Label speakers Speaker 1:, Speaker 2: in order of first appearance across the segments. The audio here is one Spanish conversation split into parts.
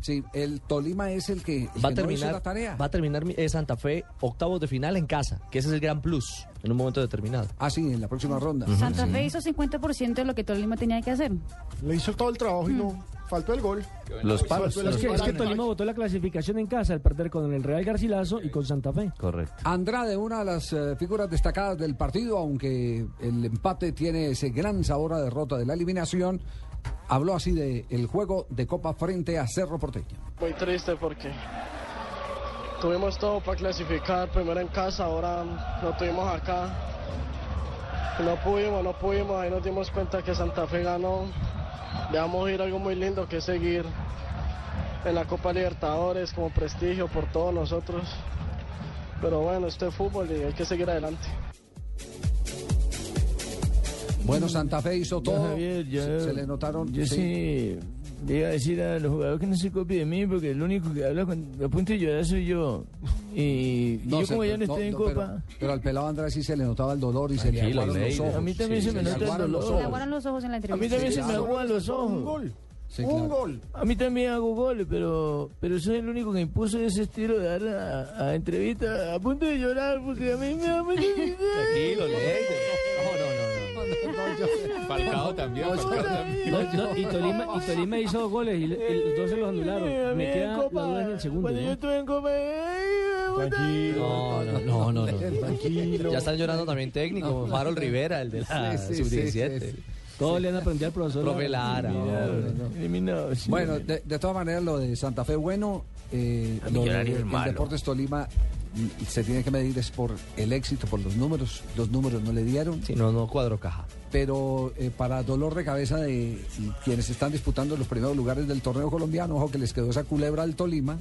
Speaker 1: Sí, el Tolima es el que, el
Speaker 2: va a
Speaker 1: que no hizo
Speaker 2: terminar,
Speaker 1: la tarea.
Speaker 2: va a terminar eh, Santa Fe octavos de final en casa, que ese es el gran plus en un momento determinado.
Speaker 1: Ah, sí, en la próxima ronda.
Speaker 3: Santa Fe hizo 50% de lo que Tolima tenía que hacer.
Speaker 4: Le hizo todo el trabajo y no faltó el gol.
Speaker 5: Los palos.
Speaker 4: Faltó el
Speaker 5: los
Speaker 6: Es que, es que
Speaker 5: palos.
Speaker 6: Tolima votó la clasificación en casa al perder con el Real Garcilaso y con Santa Fe.
Speaker 5: Correcto.
Speaker 1: Andrade, una de las eh, figuras destacadas del partido, aunque el empate tiene ese gran sabor a derrota de la eliminación, habló así de el juego de Copa frente a Cerro Porteño.
Speaker 7: Muy triste porque tuvimos todo para clasificar, primero en casa, ahora lo tuvimos acá. No pudimos, no pudimos, ahí nos dimos cuenta que Santa Fe ganó. Dejamos ir algo muy lindo que es seguir en la Copa Libertadores como prestigio por todos nosotros. Pero bueno, este es fútbol y hay que seguir adelante.
Speaker 1: Bueno, Santa Fe hizo
Speaker 8: Ya,
Speaker 1: todo.
Speaker 8: Javier, ya-
Speaker 1: se, se le notaron.
Speaker 8: Yo
Speaker 1: sí.
Speaker 8: sí. le iba a decir a los jugadores que no se copie de mí porque el único que habla con a punto de llorar soy yo. Y, y
Speaker 1: No
Speaker 8: yo
Speaker 1: sé,
Speaker 8: como ya no
Speaker 1: pero-
Speaker 8: estoy en
Speaker 1: no, pero-
Speaker 8: Copa,
Speaker 1: Pero, al pelado Andrade sí se le notaba el dolor y se le
Speaker 5: Tranquilo,
Speaker 1: aguaron los
Speaker 5: Leire.
Speaker 1: ojos.
Speaker 8: a mí también
Speaker 1: Sí,
Speaker 8: se me
Speaker 1: le
Speaker 8: nota
Speaker 1: aguaron
Speaker 8: el
Speaker 1: los ojos.
Speaker 3: Se le
Speaker 8: dolor.
Speaker 3: aguaron los ojos en la
Speaker 8: Oh. A mí
Speaker 3: entrevista.
Speaker 8: también
Speaker 1: Sí,
Speaker 8: se me
Speaker 1: claro.
Speaker 8: aguan los
Speaker 4: Un
Speaker 8: ojos.
Speaker 4: gol.
Speaker 1: Sí,
Speaker 4: un
Speaker 1: claro.
Speaker 4: gol.
Speaker 8: A mí también hago goles, pero, pero soy el único que impuso ese estilo de dar a, a entrevista a punto de llorar porque a mí me da mucha
Speaker 5: Tranquilo, Leite. No, no, no, no. Falcao también. Falcao también.
Speaker 6: No, no, y, Tolima, y Tolima hizo dos goles y, le- y los dos se los
Speaker 8: A
Speaker 6: anularon.
Speaker 8: mí
Speaker 6: Me
Speaker 8: en
Speaker 6: queda la
Speaker 8: Copa,
Speaker 6: duda en el segundo.
Speaker 8: Cuando yo
Speaker 6: ¿no?
Speaker 8: estuve en Copa, ay, me gusta.
Speaker 2: No, no, no, no, no.
Speaker 4: Tranquilo.
Speaker 2: Ya están llorando también técnicos, Harold Rivera, el de la
Speaker 1: Sí, sí, sí,
Speaker 2: sub-17.
Speaker 1: sí, sí.
Speaker 6: Todos le han aprendido al profesor.
Speaker 2: Profe
Speaker 6: Lara.
Speaker 2: Lara.
Speaker 8: Eliminado, eliminado, sí.
Speaker 1: Bueno, de, de todas maneras, lo de Santa Fe, bueno, eh,
Speaker 8: A
Speaker 1: lo de,
Speaker 8: Millonarios
Speaker 1: el
Speaker 8: malo.
Speaker 1: Deportes Tolima mm, se tiene que medir es por el éxito, por los números. Los números no le dieron,
Speaker 2: Si no, no cuadro caja.
Speaker 1: pero eh, para dolor de cabeza de quienes están disputando los primeros lugares del torneo colombiano, ojo que les quedó esa culebra al Tolima,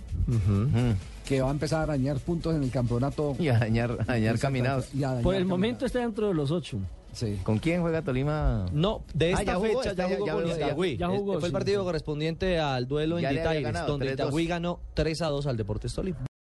Speaker 1: que va a empezar a arañar puntos en el campeonato.
Speaker 5: Y a dañar, a dañar caminados.
Speaker 1: Y a dañar
Speaker 6: Por el
Speaker 1: caminados.
Speaker 6: momento está dentro de los ocho.
Speaker 1: Sí.
Speaker 5: ¿Con quién juega Tolima?
Speaker 2: No, de
Speaker 5: Ah,
Speaker 2: esta
Speaker 5: ya jugó,
Speaker 2: fecha
Speaker 5: está,
Speaker 2: ya
Speaker 5: ya-
Speaker 2: jugó
Speaker 5: ya
Speaker 2: con
Speaker 5: jugó, ya-
Speaker 2: Itagüí.
Speaker 6: ya jugó,
Speaker 2: Eh, Fue el
Speaker 6: sí.
Speaker 2: partido correspondiente al duelo
Speaker 5: Ya
Speaker 2: en
Speaker 5: le había
Speaker 2: Itaires,
Speaker 5: ganado,
Speaker 2: donde
Speaker 5: 3-2.
Speaker 2: Itagüí ganó 3 a 2 al Deportes Tolima.